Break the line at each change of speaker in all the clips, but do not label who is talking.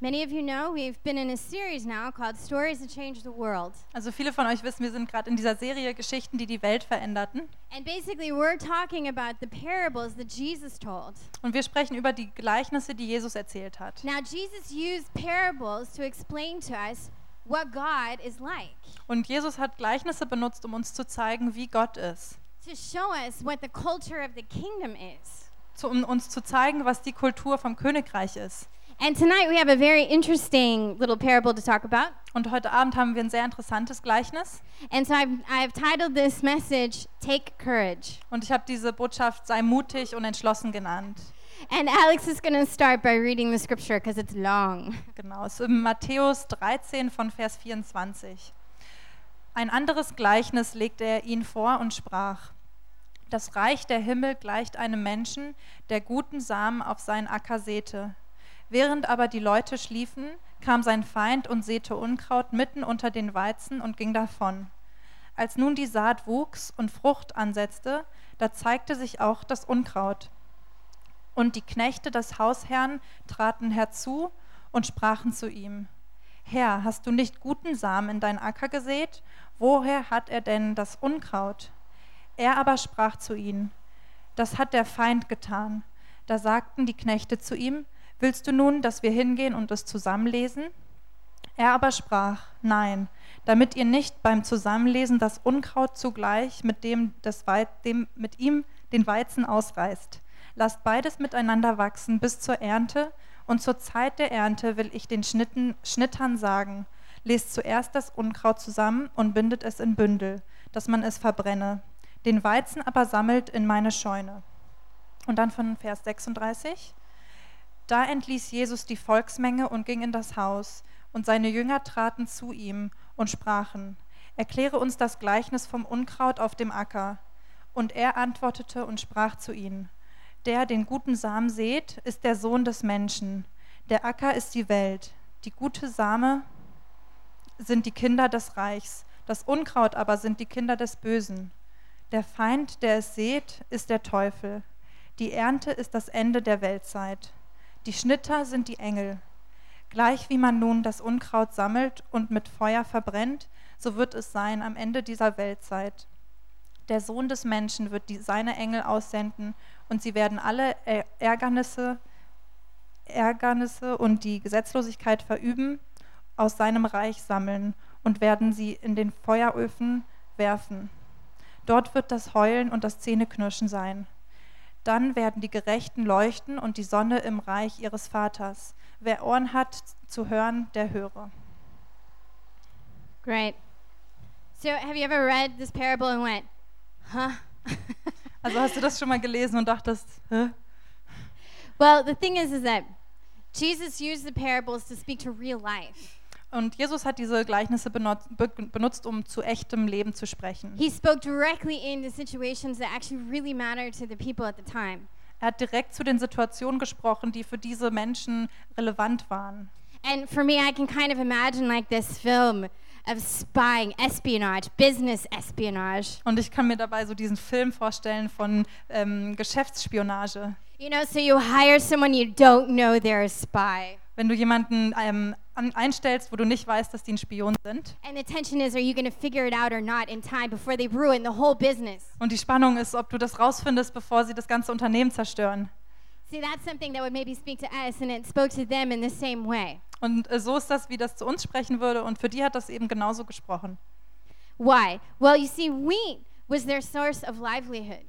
Many of you know we've been in a series now called Stories That Change the World.
Also viele von euch wissen, wir sind gerade in dieser Serie Geschichten, die die Welt veränderten.
And basically, we're talking about the parables that Jesus told.
Und wir sprechen über die Gleichnisse, die Jesus erzählt hat.
Now, Jesus used parables to explain to us what God is like,
Und Jesus hat Gleichnisse benutzt, um uns zu zeigen, wie Gott ist.
to show us what the culture of the kingdom is.
Zu, um uns zu zeigen, was die Kultur vom Königreich ist.
And tonight, we have a very interesting little parable to talk about.
Und heute Abend haben wir ein sehr interessantes Gleichnis.
And so, I've, I've titled this message, Take Courage.
Und ich habe diese Botschaft sei mutig und entschlossen genannt.
And Alex is going to start by reading the scripture because it's long.
Genau, es ist in Matthäus 13 von Vers 24. Ein anderes Gleichnis legte er ihnen vor und sprach: Das Reich der Himmel gleicht einem Menschen, der guten Samen auf seinen Acker säte. Während aber die Leute schliefen, kam sein Feind und säte Unkraut mitten unter den Weizen und ging davon. Als nun die Saat wuchs und Frucht ansetzte, da zeigte sich auch das Unkraut. Und die Knechte des Hausherrn traten herzu und sprachen zu ihm: Herr, hast du nicht guten Samen in deinen Acker gesät? Woher hat er denn das Unkraut? Er aber sprach zu ihnen: Das hat der Feind getan. Da sagten die Knechte zu ihm: Willst du nun, dass wir hingehen und es zusammenlesen? Er aber sprach, nein, damit ihr nicht beim Zusammenlesen das Unkraut zugleich mit dem, des Wei- dem mit ihm den Weizen ausreißt. Lasst beides miteinander wachsen bis zur Ernte, und zur Zeit der Ernte will ich den Schnitten, Schnittern sagen, lest zuerst das Unkraut zusammen und bindet es in Bündel, dass man es verbrenne. Den Weizen aber sammelt in meine Scheune. Und dann von Vers 36. Da entließ Jesus die Volksmenge und ging in das Haus, und seine Jünger traten zu ihm und sprachen, Erkläre uns das Gleichnis vom Unkraut auf dem Acker. Und er antwortete und sprach zu ihnen, Der den guten Samen sät, ist der Sohn des Menschen, der Acker ist die Welt, die gute Same sind die Kinder des Reichs, das Unkraut aber sind die Kinder des Bösen. Der Feind, der es sät, ist der Teufel. Die Ernte ist das Ende der Weltzeit. Die Schnitter sind die Engel. Gleich wie man nun das Unkraut sammelt und mit Feuer verbrennt, so wird es sein am Ende dieser Weltzeit. Der Sohn des Menschen wird die, seine Engel aussenden, und sie werden alle Ä- Ärgernisse, Ärgernisse und die Gesetzlosigkeit verüben, aus seinem Reich sammeln und werden sie in den Feueröfen werfen. Dort wird das Heulen und das Zähneknirschen sein. Dann werden die Gerechten leuchten und die Sonne im Reich ihres Vaters. Wer Ohren hat zu hören, der höre.
Great. So, have you ever read this parable and went, huh?
Also hast du das schon mal gelesen und dachtest, Hä?
well, the thing is, is that Jesus used the parables to speak to real life.
Und Jesus hat diese Gleichnisse benutzt, be benutzt, um zu echtem Leben zu sprechen.
He spoke directly into situations that actually really mattered to the people at the time.
Er hat direkt zu den Situationen gesprochen, die für diese Menschen relevant waren.
And for me, I can kind of imagine like this film of spying, espionage, business espionage.
Und ich kann mir dabei so diesen Film vorstellen von ähm, Geschäftsspionage.
You know, so you hire someone you don't know they're a spy.
Wenn du jemanden ähm, an- einstellst, wo du nicht weißt, dass die ein Spion sind.
And the tension is, are you going to figure it out or not in time before they ruin the whole business?
Und die Spannung ist, ob du das rausfindest, bevor sie das ganze Unternehmen zerstören.
See, that's something that would maybe speak to us, and it spoke to them in the same way.
Und äh, so ist das, wie das zu uns sprechen würde. Und für die hat das eben genauso gesprochen.
Why? Well, you see, wheat was their source of livelihood.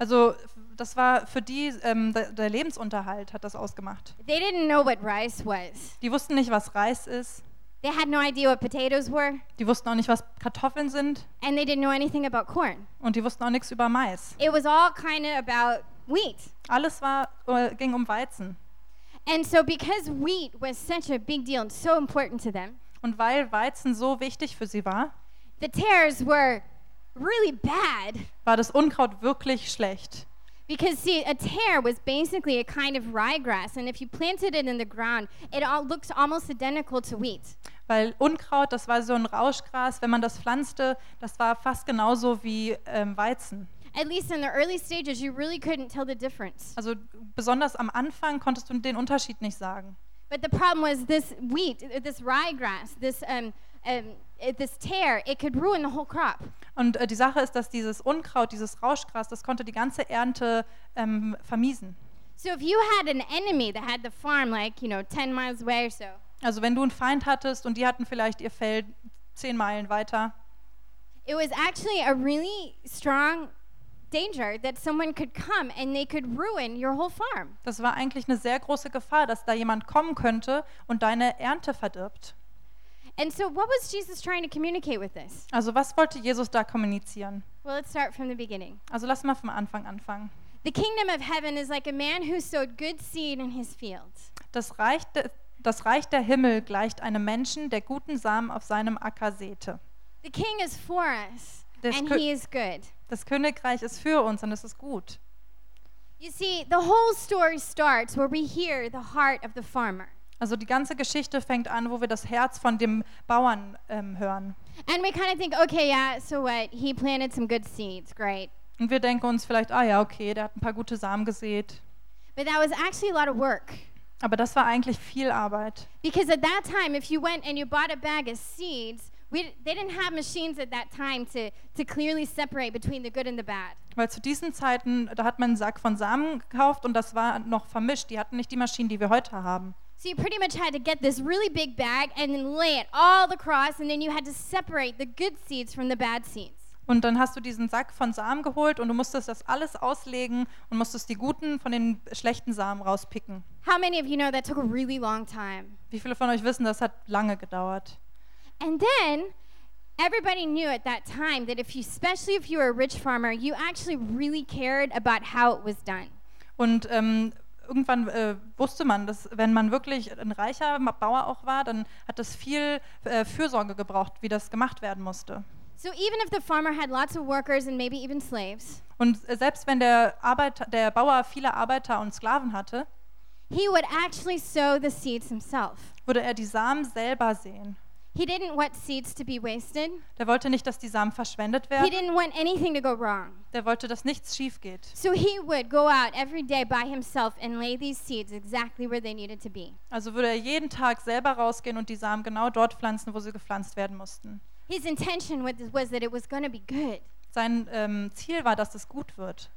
Also f- das war für die ähm, der, der Lebensunterhalt hat das ausgemacht.
They didn't know what rice was,
Die wussten nicht, was Reis ist.
they had no idea what potatoes were,
Die wussten auch nicht, was Kartoffeln sind.
and they didn't know anything about corn.
Und die wussten auch nichts über Mais.
It was all kind of about wheat.
Alles war, äh, ging um Weizen.
And so, because wheat was such a big deal and so important to them,
Und weil Weizen so wichtig für sie war,
the tares were really bad.
war das Unkraut wirklich schlecht.
Because see, a tare was basically a kind of ryegrass, and if you planted it in the ground, it all looks almost identical to wheat.
Weil Unkraut, das war so ein Rauschgras, wenn man das pflanzte, das war fast genauso wie ähm, Weizen.
At least in the early stages, you really couldn't tell the difference.
Also besonders am Anfang konntest du den Unterschied nicht sagen.
But the problem was this wheat, uh, this ryegrass, this um, um, uh, this tear, it could ruin the whole crop.
Und äh, die Sache ist, dass dieses Unkraut, dieses Rauschgras, das konnte die ganze Ernte ähm, vermiesen.
So if you had an enemy that had the farm like you know 10 miles away or so,
Also wenn du einen Feind hattest und die hatten vielleicht ihr Feld zehn Meilen weiter,
it was actually a really strong danger that someone could come and they could ruin your whole farm.
das war eigentlich eine sehr große Gefahr, dass da jemand kommen könnte und deine Ernte verdirbt.
And so what was Jesus trying to communicate with this?
Also was wollte Jesus da kommunizieren?
Well, let's start from the beginning.
Also lass mal vom Anfang anfangen.
The kingdom of heaven is like a man who sowed good seed in his field.
Das Reich, de, das Reich der Himmel gleicht einem Menschen, der guten Samen auf seinem Acker säte.
The king is for us
This
and
could-
he is good.
Das Königreich ist für uns und es ist gut.
You see, the whole story starts where we hear the heart of the farmer.
Also die ganze Geschichte fängt an, wo wir das Herz von dem Bauern ähm, hören.
And we kind of think, okay, yeah, so what? He planted some good seeds, great.
Und wir denken uns vielleicht, ah ja, okay, der hat ein paar gute Samen gesät.
But that was actually a lot of work.
Aber das war eigentlich viel Arbeit.
Because at that time, if you went and you bought a bag of seeds, we, they didn't have machines at that time to, to clearly separate between the good and the bad.
Weil zu diesen Zeiten, da hat man einen Sack von Samen gekauft und das war noch vermischt. Die hatten nicht die Maschinen, die wir heute haben.
So you pretty much had to get this really big bag and then lay it all across, and then you had to separate the good seeds from the bad seeds.
Und dann hast du diesen Sack von Samen geholt und du musstest das alles auslegen und musstest die guten von den schlechten Samen rauspicken.
How many of you know that took a really long time?
Wie viele von euch wissen, das hat lange gedauert.
And then everybody knew at that time that if you, especially if you were a rich farmer, you actually really cared about how it was done.
Und ähm, irgendwann äh, wusste man, dass wenn man wirklich ein reicher Ma- Bauer auch war, dann hat das viel äh, Fürsorge gebraucht, wie das gemacht werden musste.
So even if the farmer had lots of workers and maybe even slaves,
Und äh, selbst wenn der, Arbeiter, der Bauer viele Arbeiter und Sklaven hatte,
he would actually sow the seeds himself.
würde er die Samen selber sehen.
He didn't want seeds to be wasted.
Der wollte nicht, dass die Samen verschwendet
He
werden.
didn't want anything to go wrong.
Der wollte, dass nichts schief geht.
So he would go out every day by himself and lay these seeds exactly where they needed to be.
Also würde er jeden Tag selber rausgehen und die Samen genau dort pflanzen, wo sie gepflanzt werden mussten.
His intention with- was that it was going to be good.
Sein ähm, Ziel war, dass es gut wird.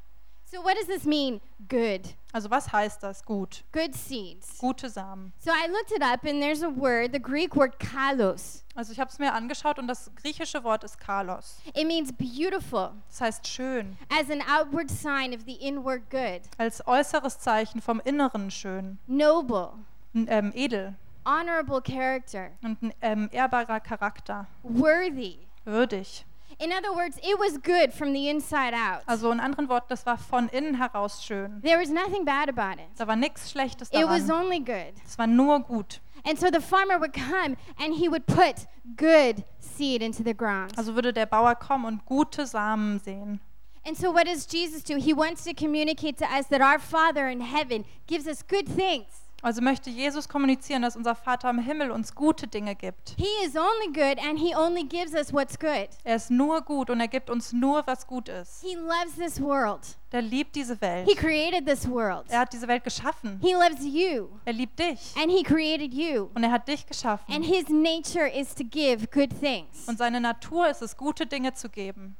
So what does this mean? Good.
Also was heißt das? Gut.
Good seeds.
Gute Samen.
So I looked it up and there's a word, the Greek word kalos.
Also ich habe es mir angeschaut und das griechische Wort ist Kalos.
It means beautiful
Das heißt schön.
as an outward sign of the inward good,
Als äußeres Zeichen vom Inneren schön.
noble,
N- Ähm, edel
honorable character,
und ein ähm, ehrbarer Charakter.
worthy.
Würdig.
In other words, it was good from the inside out.
Also in anderen Worten, das war von innen heraus schön.
There was nothing bad about it.
Da war nichts Schlechtes
It was
daran.
only good.
Es war nur gut.
And so the farmer would come and he would put good seed into the ground.
Also würde der Bauer kommen und gute Samen sehen.
And so what does Jesus do? He wants to communicate to us that our Father in heaven gives us good things.
Also möchte Jesus kommunizieren, dass unser Vater im Himmel uns gute Dinge gibt.
He is only good and he only gives us what's good.
Er ist nur gut und er gibt uns nur, was gut ist.
He loves this world.
Der liebt diese Welt.
He created this world.
Er hat diese Welt geschaffen.
He loves you
Er liebt dich.
and he created you.
Und er hat dich
And
geschaffen.
his nature is to give good things.
Und seine Natur ist es, gute Dinge zu geben.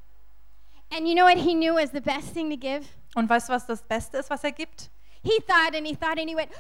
And you know what he knew was the best thing to give?
Und weißt du, was das Beste ist, was er gibt?
He thought and he thought and he went,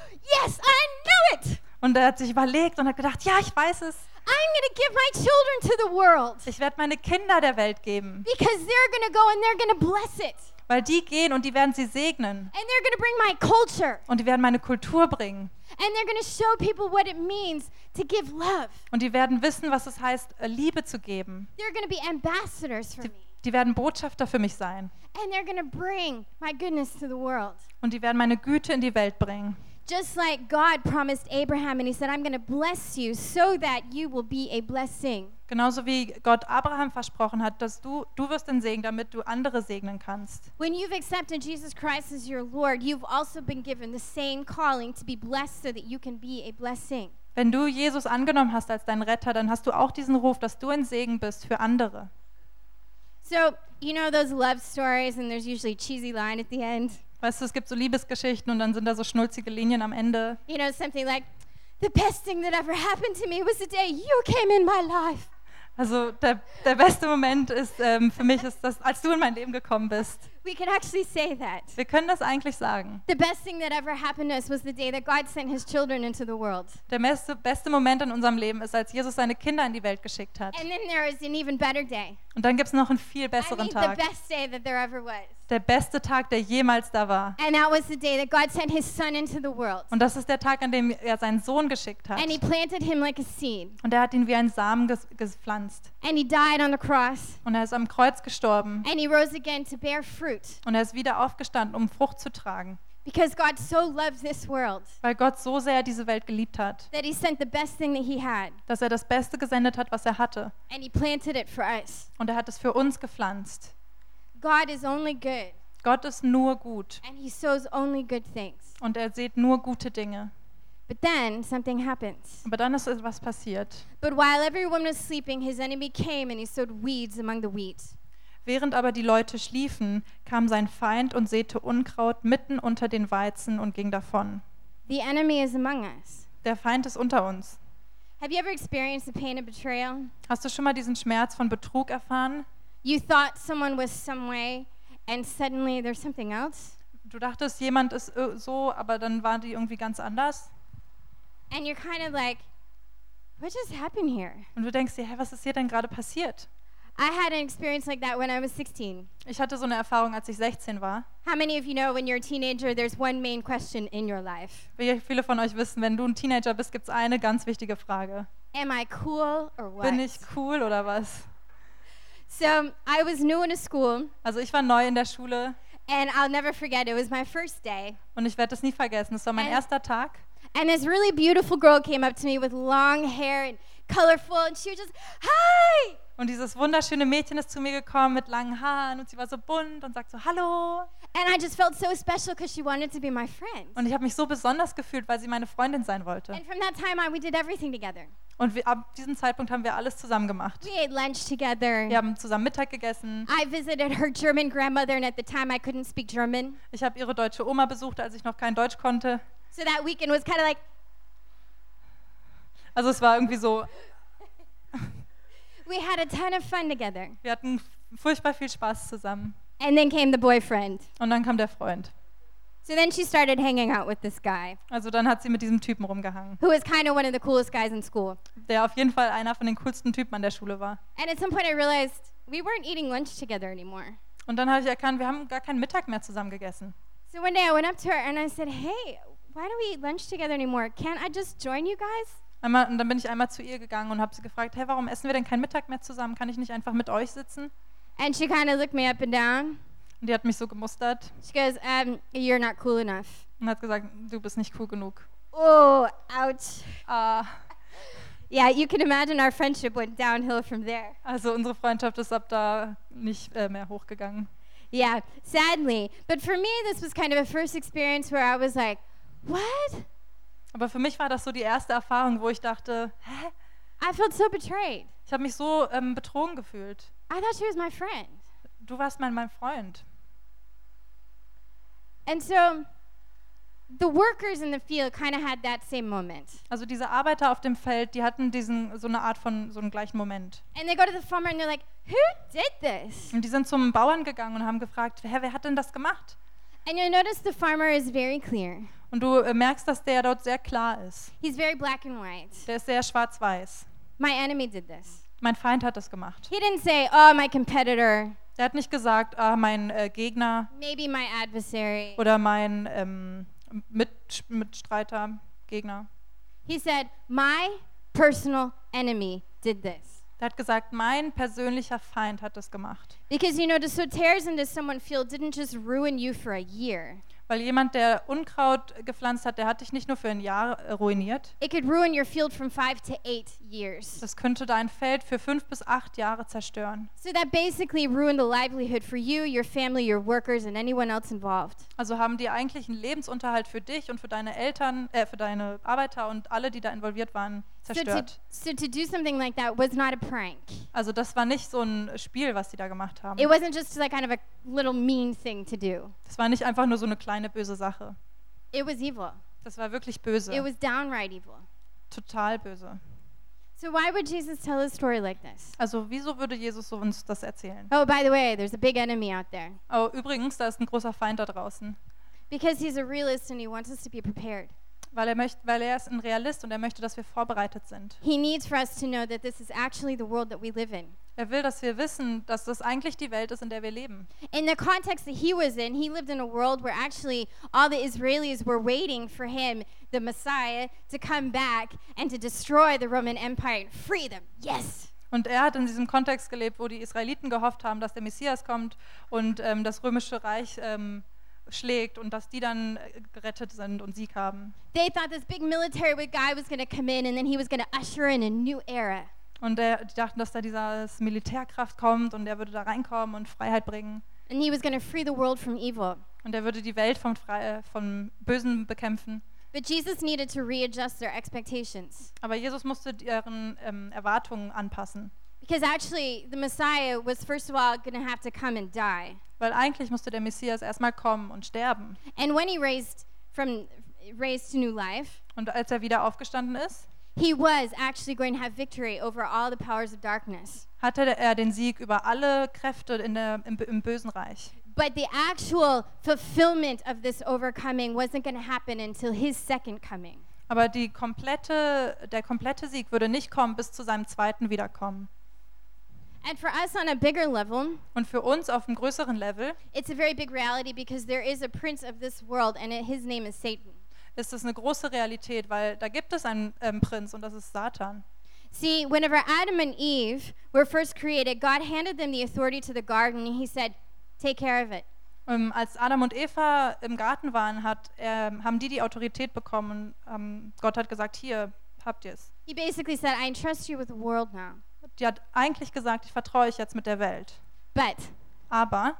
Yes, I knew it!
Und er hat sich überlegt und hat gedacht, ja, ich weiß es.
I'm going to give my children to the world
Ich werde meine Kinder der Welt geben.
because they're going to go and they're going to bless it.
Weil die gehen und die werden sie segnen.
And they're going to bring my culture
Und die werden meine Kultur bringen.
and they're going to show people what it means to give love.
Und die werden wissen, was es heißt, Liebe zu geben.
They're going to be ambassadors for
Die,
me
die werden Botschafter für mich sein.
and they're going to bring my goodness to the world.
Und die werden meine Güte in die Welt bringen.
Just like God promised Abraham and he said, I'm going to bless you so that you will be a blessing.
Genauso wie Gott Abraham versprochen hat, dass du, du wirst den Segen, damit du andere segnen kannst.
When you've accepted Jesus Christ as your Lord, you've also been given the same calling to be blessed so that you can be a blessing.
Wenn du Jesus angenommen hast als deinen Retter, dann hast du auch diesen Ruf, dass du ein Segen bist für andere.
So, you know those love stories, and there's usually a cheesy line at the end.
Weißt du, es gibt so Liebesgeschichten und dann sind da so schnulzige Linien am Ende.
You know, something like, The best thing that ever happened to me was the day you came in my life.
Also der, der beste Moment ist ähm, für mich, ist das, als du in mein Leben gekommen bist.
We could actually say that.
Wir können das eigentlich sagen.
The best thing that ever happened to us was the day that God sent his children into the world.
Der beste, beste Moment in unserem Leben ist, als Jesus seine Kinder in die Welt geschickt hat.
And then there is an even better day.
Und dann gibt es noch einen viel
I mean,
besseren
the
Tag.
best day that there ever was.
Der beste Tag, der jemals da war.
And that was the day that God sent his son into the world.
Und das ist der Tag, an dem er seinen Sohn geschickt hat.
And he planted him like a seed.
Und er hat ihn wie einen Samen ges gepflanzt.
And he died on the cross.
Und er ist am Kreuz gestorben.
And he rose again to bear fruit.
Und er ist wieder aufgestanden, um Frucht zu tragen.
Because God so loved this world
Weil Gott so sehr diese Welt geliebt hat,
that he sent the best thing that he had.
dass er das Beste gesendet hat, was er hatte.
And he planted it for us.
Und er hat es für uns gepflanzt.
God is only good.
Gott ist nur gut.
And he sows only good things.
Und er sieht nur gute Dinge.
But then something happens.
Aber dann ist etwas passiert.
But while everyone was sleeping, his enemy came and he sowed weeds among the wheat.
Während aber die Leute schliefen, kam sein Feind und säte Unkraut mitten unter den Weizen und ging davon.
The enemy is among us.
Der Feind ist unter uns.
Have you ever experienced the pain of betrayal?
Hast du schon mal diesen Schmerz von Betrug erfahren?
You thought someone was some way, and suddenly there's something else,
Du dachtest, jemand ist äh, so, aber dann waren die irgendwie ganz anders.
and you're kind of like, what just happened here?
Und du denkst dir, hä, was ist hier denn gerade passiert?
I had an experience like that when I was 16.
Ich hatte so eine Erfahrung, als ich 16 war.
How many of you know when you're a teenager, there's one main question in your life?
Wie viele von euch wissen, wenn du ein Teenager bist, gibt es eine ganz wichtige Frage.
Am I cool or what?
Bin ich cool oder was?
So I was new in a school,
Also ich war neu in der Schule
and I'll never forget, it was my first day.
und ich werde das nie vergessen. Es war mein
Ähm.
erster Tag.
And this really beautiful girl came up to me with long hair and colorful, and she was just, hi!
Und dieses wunderschöne Mädchen ist zu mir gekommen mit langen Haaren und sie war so bunt und sagt so Hallo.
And I just felt so special because she wanted to be my friend.
Und ich habe mich so besonders gefühlt, weil sie meine Freundin sein wollte.
And from that time on, we did everything together.
Und wir, ab diesem Zeitpunkt haben wir alles zusammen gemacht.
We ate lunch together.
Wir haben zusammen Mittag gegessen.
I visited her German grandmother, and at the time, I couldn't speak German.
Ich habe ihre deutsche Oma besucht, als ich noch kein Deutsch konnte.
So that weekend was kind of like,
Also es war irgendwie so,
we had a ton of fun together.
wir hatten furchtbar viel Spaß zusammen.
And then came the boyfriend.
Und dann kam der Freund.
So then she started hanging out with this guy,
Also dann hat sie mit diesem Typen rumgehangen,
who was kind of one of the coolest guys in school.
der auf jeden Fall einer von den coolsten Typen an der Schule war.
And at some point, I realized we weren't eating lunch together anymore.
Und dann habe ich erkannt, wir haben gar keinen Mittag mehr zusammen gegessen.
So one day, I went up to her and I said, Hey, why do we eat lunch together anymore? Can't I just join you guys?
Einmal, und dann bin ich einmal zu ihr gegangen und habe sie gefragt, hey, warum essen wir denn keinen Mittag mehr zusammen? Kann ich nicht einfach mit euch sitzen?
And she kind of looked me up and down.
Und die hat mich so gemustert
She goes, um, You're not cool enough.
und hat gesagt, du bist nicht cool genug.
Oh, ouch.
Ah,
Yeah, you can imagine our friendship went downhill from there.
also unsere Freundschaft ist ab da nicht äh, mehr hochgegangen.
Yeah, sadly. But for me, this was kind of a first experience where I was like, what?
Aber für mich war das so die erste Erfahrung, wo ich dachte, hä?
I felt so betrayed.
Ich habe mich so ähm, betrogen gefühlt.
I thought she was my friend.
Du warst mein, mein Freund.
And so the workers in the field kind of had that same moment.
Also diese Arbeiter auf dem Feld, die hatten diesen so eine Art von so einen gleichen Moment.
And they go to the farmer and they're like, who did this?
Und die sind zum Bauern gegangen und haben gefragt, hä, wer hat denn das gemacht?
And you'll notice the farmer is very clear.
Und du äh, merkst, dass der dort sehr klar ist.
He's very black and white.
Der ist sehr schwarz-weiß.
My enemy did this.
Mein Feind hat das gemacht.
He didn't say, oh, my competitor,
Der hat nicht gesagt, ah, mein äh, Gegner
maybe my adversary.
oder mein ähm, Mit Mitstreiter, Gegner.
He said, My personal enemy did this.
Der hat gesagt, mein persönlicher Feind hat das gemacht.
Because you know, to sow tares into someone's field didn't just ruin you for a year,
Weil jemand, der Unkraut gepflanzt hat, der hat dich nicht nur für ein Jahr äh, ruiniert,
it could ruin your field from five to eight years.
das könnte dein Feld für fünf bis acht Jahre zerstören.
So that basically ruined the livelihood for you, your family, your workers, and anyone else involved.
Also haben die eigentlich einen Lebensunterhalt für dich und für deine Eltern, äh, für deine Arbeiter und alle, die da involviert waren,
So to,
zerstört.
so to do something like that was not a prank.
Also das war nicht so ein Spiel, was die da gemacht haben.
It wasn't just like kind of a little mean thing to do.
Das war nicht einfach nur so eine kleine böse Sache.
It was evil.
Das war wirklich böse.
It was downright evil.
total böse.
So why would Jesus tell a story like this?
Also wieso würde Jesus so uns das erzählen?
Oh, by the way, there's a big enemy out there
Oh, übrigens, da ist ein großer Feind da draußen,
because he's a realist and he wants us to be prepared.
weil er, möcht, weil er ist ein Realist und er möchte, dass wir vorbereitet sind.
He needs for us to know that this is actually the world that we live in.
Er will, dass wir wissen, dass das eigentlich die Welt ist, in der wir leben.
In the context that he was in, he lived in a world where actually all the Israelis were waiting for him, the Messiah, to come back and to destroy the Roman Empire and free them. Yes!
Und er hat in diesem Kontext gelebt, wo die Israeliten gehofft haben, dass der Messias kommt und ähm, das römische Reich ähm, schlägt und dass die dann äh, gerettet sind und Sieg haben.
They thought this big military with guy was going to come in and then he was going to usher in a new era.
Und er, die dachten, dass da dieses Militärkraft kommt und er würde da reinkommen und Freiheit bringen.
And he was going to free the world from evil.
Und er würde die Welt vom, Fre äh, vom Bösen bekämpfen.
But Jesus needed to readjust their expectations
Aber Jesus musste deren ähm, Erwartungen anpassen.
because actually the Messiah was, first of all, going to have to come and die.
Weil eigentlich musste der Messias erstmal kommen und sterben.
And when he raised from raised to new life,
Und als er wieder aufgestanden ist,
he was actually going to have victory over all the powers of darkness.
hatte er den Sieg über alle Kräfte in der, im, im bösen Reich.
But the actual fulfillment of this overcoming wasn't going to happen until his second coming.
Aber die komplette, der komplette Sieg würde nicht kommen bis zu seinem zweiten Wiederkommen.
And for us on a bigger level,
Und für uns auf einem größeren Level
it's a very big reality because there is a prince of this world and it, his name is Satan.
ist es eine große Realität, weil da gibt es einen ähm, Prinz und das ist Satan.
See, whenever Adam and Eve were first created, God handed them the authority to the garden and he said, "Take care of it."
Ähm, als Adam und Eva im Garten waren, hat, ähm, haben die die Autorität bekommen. Ähm, Gott hat gesagt, hier habt ihr es.
He basically said, "I entrust you with the world now."
Die hat eigentlich gesagt, ich vertraue euch jetzt mit der Welt.
But
Aber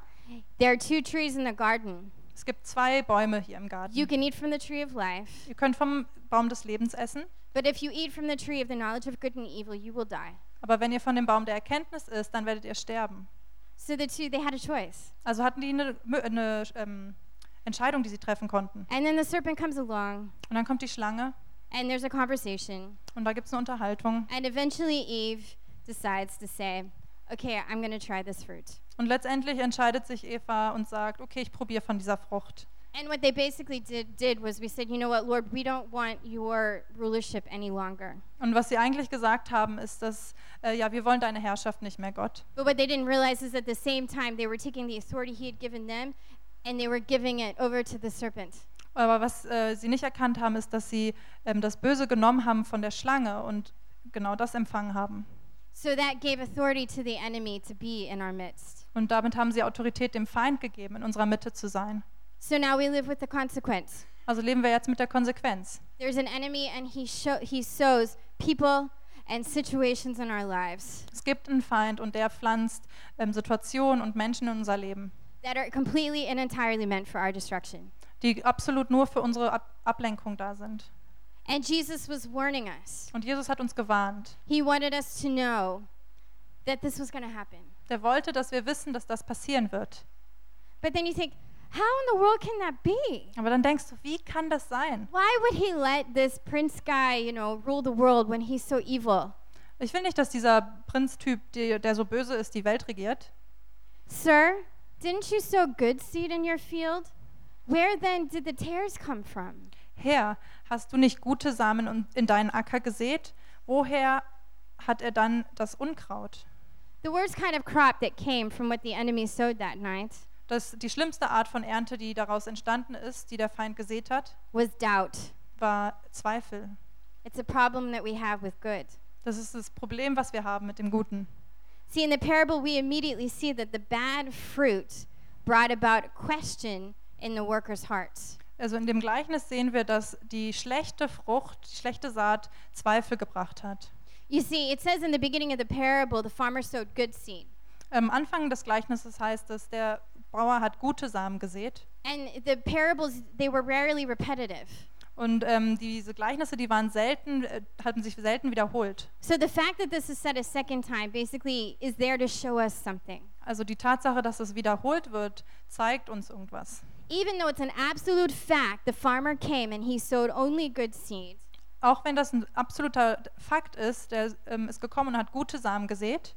There are two trees in the garden.
es gibt zwei Bäume hier im Garten.
You can eat from the tree of life,
Ihr könnt vom Baum des Lebens essen,
but if you eat from the tree of the knowledge of good and evil, you will die.
aber wenn ihr von dem Baum der Erkenntnis isst, dann werdet ihr sterben.
So the two, they had a choice.
Also hatten die eine, Mö- eine ähm, Entscheidung, die sie treffen konnten.
And then the serpent comes along,
Und dann kommt die Schlange
and there's a conversation.
und da gibt es eine Unterhaltung.
And eventually, Eve decides to say, Okay, I'm going to try this fruit.
Und letztendlich entscheidet sich Eva und sagt, okay, ich probiere von dieser Frucht.
And what they basically did, did was we said, You know what, Lord, we don't want your rulership any longer.
Und was sie eigentlich gesagt haben, ist, dass, äh, ja, wir wollen deine Herrschaft nicht mehr, Gott.
But what they didn't realize is at the same time, they were taking the authority he had given them and they were giving it over to the serpent.
Aber was äh, sie nicht erkannt haben, ist, dass sie ähm, das Böse genommen haben von der Schlange und genau das empfangen haben.
So that gave authority to the enemy to be in our midst.
Und damit haben sie Autorität dem Feind gegeben, in unserer Mitte zu sein.
So now we live with the consequence.
Also leben wir jetzt mit der Konsequenz.
There's an enemy, and he show, he sows people and situations in our lives
Es gibt einen Feind und der pflanzt ähm, Situationen und Menschen in unser Leben,
that are completely and entirely meant for our destruction.
die absolut nur für unsere Ab Ablenkung da sind.
And Jesus was warning us.
Und Jesus hat uns gewarnt.
He wanted us to know that this was going to happen.
Der wollte, dass wir wissen, dass das passieren wird.
But then you think, how in the world can that be?
Aber dann denkst du, wie kann das sein?
Why would he let this prince guy, you know, rule the world when he's so evil?
Ich will nicht, dass dieser Prinztyp, die, der so böse ist, die Welt regiert.
Sir, didn't you sow good seed in your field? Where then did the tares come from?
Herr, hast du nicht gute Samen un- in deinen Acker gesät? Woher hat er dann das Unkraut?
The worst kind of crop that came from what the enemy sowed that night
Das, die schlimmste Art von Ernte, die daraus entstanden ist, die der Feind gesät hat,
was doubt.
war Zweifel.
It's a problem that we have with good.
Das ist das Problem, was wir haben mit dem Guten.
See, in the parable, we immediately see that the bad fruit brought about question in the workers' hearts.
Also in dem Gleichnis sehen wir, dass die schlechte Frucht, die schlechte Saat Zweifel gebracht hat.
You see, it says in the beginning of the parable, the farmer sowed good seed.
Am Anfang des Gleichnisses heißt es, der Bauer hat gute Samen gesät.
And the parables, they were rarely repetitive.
Und ähm, diese Gleichnisse, die waren selten, äh, hatten sich selten wiederholt.
So the fact that this is said a second time basically is there to show us something.
Also die Tatsache, dass es wiederholt wird, zeigt uns irgendwas.
Even though it's an absolute fact, the farmer came and he sowed only good seed.
auch wenn das ein absoluter Fakt ist, der ähm, ist gekommen und hat gute Samen gesät,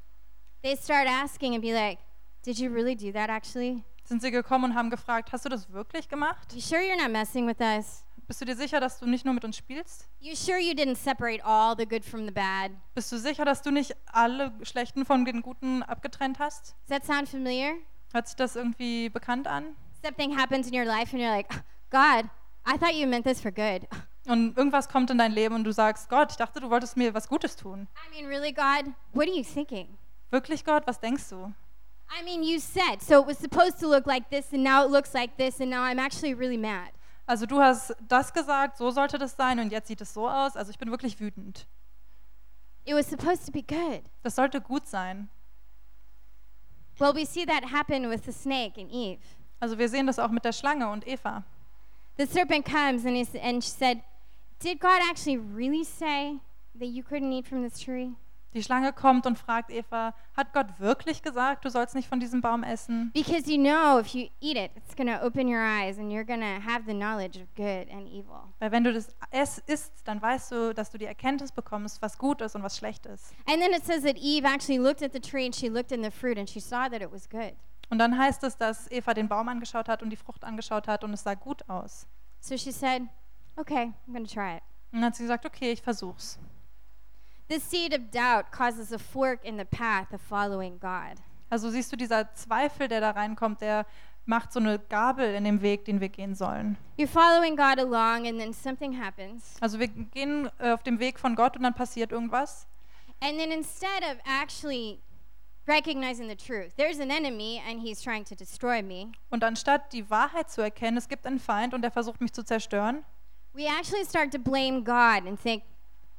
they start asking and be like, Did you really do that actually?
sind sie gekommen und haben gefragt, hast du das wirklich gemacht?
You sure you're not messing with us?
Bist du dir sicher, dass du nicht nur mit uns spielst?
You sure you didn't separate all the good from the bad?
Bist du sicher, dass du nicht alle Schlechten von den Guten abgetrennt hast?
Does that sound familiar?
Hört sich das irgendwie bekannt an?
Something happens in your life and you're like, God, I thought you meant this for good.
Und irgendwas kommt in dein Leben und du sagst, Gott, ich dachte, du wolltest mir was Gutes tun.
I mean, really, God, what are you thinking?
Wirklich, Gott, was denkst du?
I mean, you said, so it was supposed to look like this, and now it looks like this, and now I'm actually really mad.
Also du hast das gesagt, so sollte das sein und jetzt sieht es so aus. Also ich bin wirklich wütend.
It was supposed to be good.
Das sollte gut sein.
Well, we see that happen with the snake and Eve.
Also wir sehen das auch mit der Schlange und Eva.
The serpent comes and, he, s- and she said, Did God actually really say that you couldn't eat from this tree?
Die Schlange kommt und fragt Eva, hat Gott wirklich gesagt, du sollst nicht von diesem Baum essen?
Because you know if you eat it, it's going to open your eyes and you're going to have the knowledge of good and evil.
Weil wenn du das es isst, dann weißt du, dass du die Erkenntnis bekommst, was gut ist und was schlecht ist.
And then it says that Eve actually looked at the tree and she looked in the fruit and she saw that it was good.
Und dann heißt es, dass Eva den Baum angeschaut hat und die Frucht angeschaut hat und es sah gut aus.
So she said, Okay, I'm going to try it.
Und dann hat sie gesagt, okay, ich versuch's.
This seed of doubt causes a fork in the path of following God.
Also siehst du, dieser Zweifel, der da reinkommt, der macht so eine Gabel in dem Weg, den wir gehen sollen.
You're following God along, and then something happens.
Also wir gehen äh, auf dem Weg von Gott und dann passiert irgendwas.
And then instead of actually recognizing the truth, there's an enemy and he's trying to destroy me,
Und anstatt die Wahrheit zu erkennen, es gibt einen Feind und der versucht mich zu zerstören.
we actually start to blame God and think,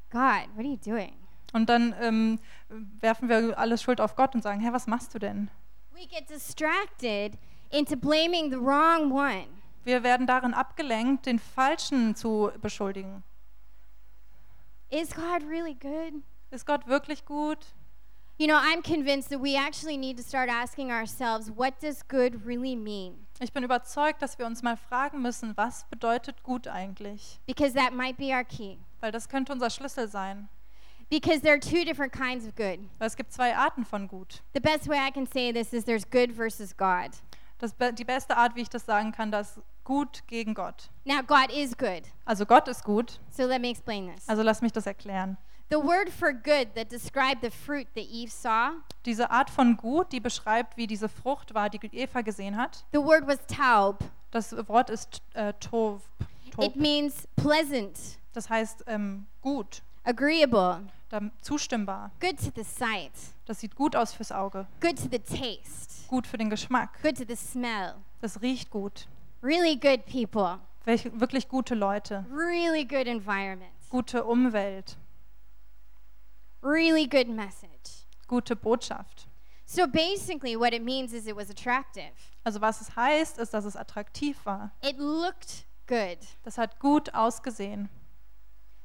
God, what are you doing?
Und dann ähm, werfen wir alle Schuld auf Gott und sagen, Herr, was machst du denn?
We get distracted into blaming the wrong one.
Wir werden darin abgelenkt, den Falschen zu beschuldigen.
Is God really good?
Ist Gott wirklich gut?
You know, I'm convinced that we actually need to start asking ourselves, what does good really mean?
Ich bin überzeugt, dass wir uns mal fragen müssen, was bedeutet gut eigentlich?
Because that might be our key.
Weil das könnte unser Schlüssel sein.
Because there are two different kinds of good.
Weil es gibt zwei Arten von gut.
The best way I can say this is there's good versus God.
Das, be- die beste Art, wie ich das sagen kann, das gut gegen Gott.
Now, God is good.
Also Gott ist gut,
So let me explain this.
also lass mich das erklären.
The word for good that described the fruit that Eve saw,
Diese Art von gut, die beschreibt, wie diese Frucht war, die Eva gesehen hat.
the word was taub.
Das Wort ist äh, Tov. Tov.
It means pleasant,
Das heißt ähm, gut,
agreeable,
dann zustimmbar.
good to the sight,
Das sieht gut aus fürs Auge,
good to the taste,
gut für den Geschmack.
good to the smell.
Das riecht gut.
Really good people,
Welche, wirklich gute Leute,
really good environment,
gute Umwelt,
really good message.
gute Botschaft.
So basically, what it means is it was attractive.
Also was es heißt, ist, dass es attraktiv war.
It looked good.
Das hat gut ausgesehen.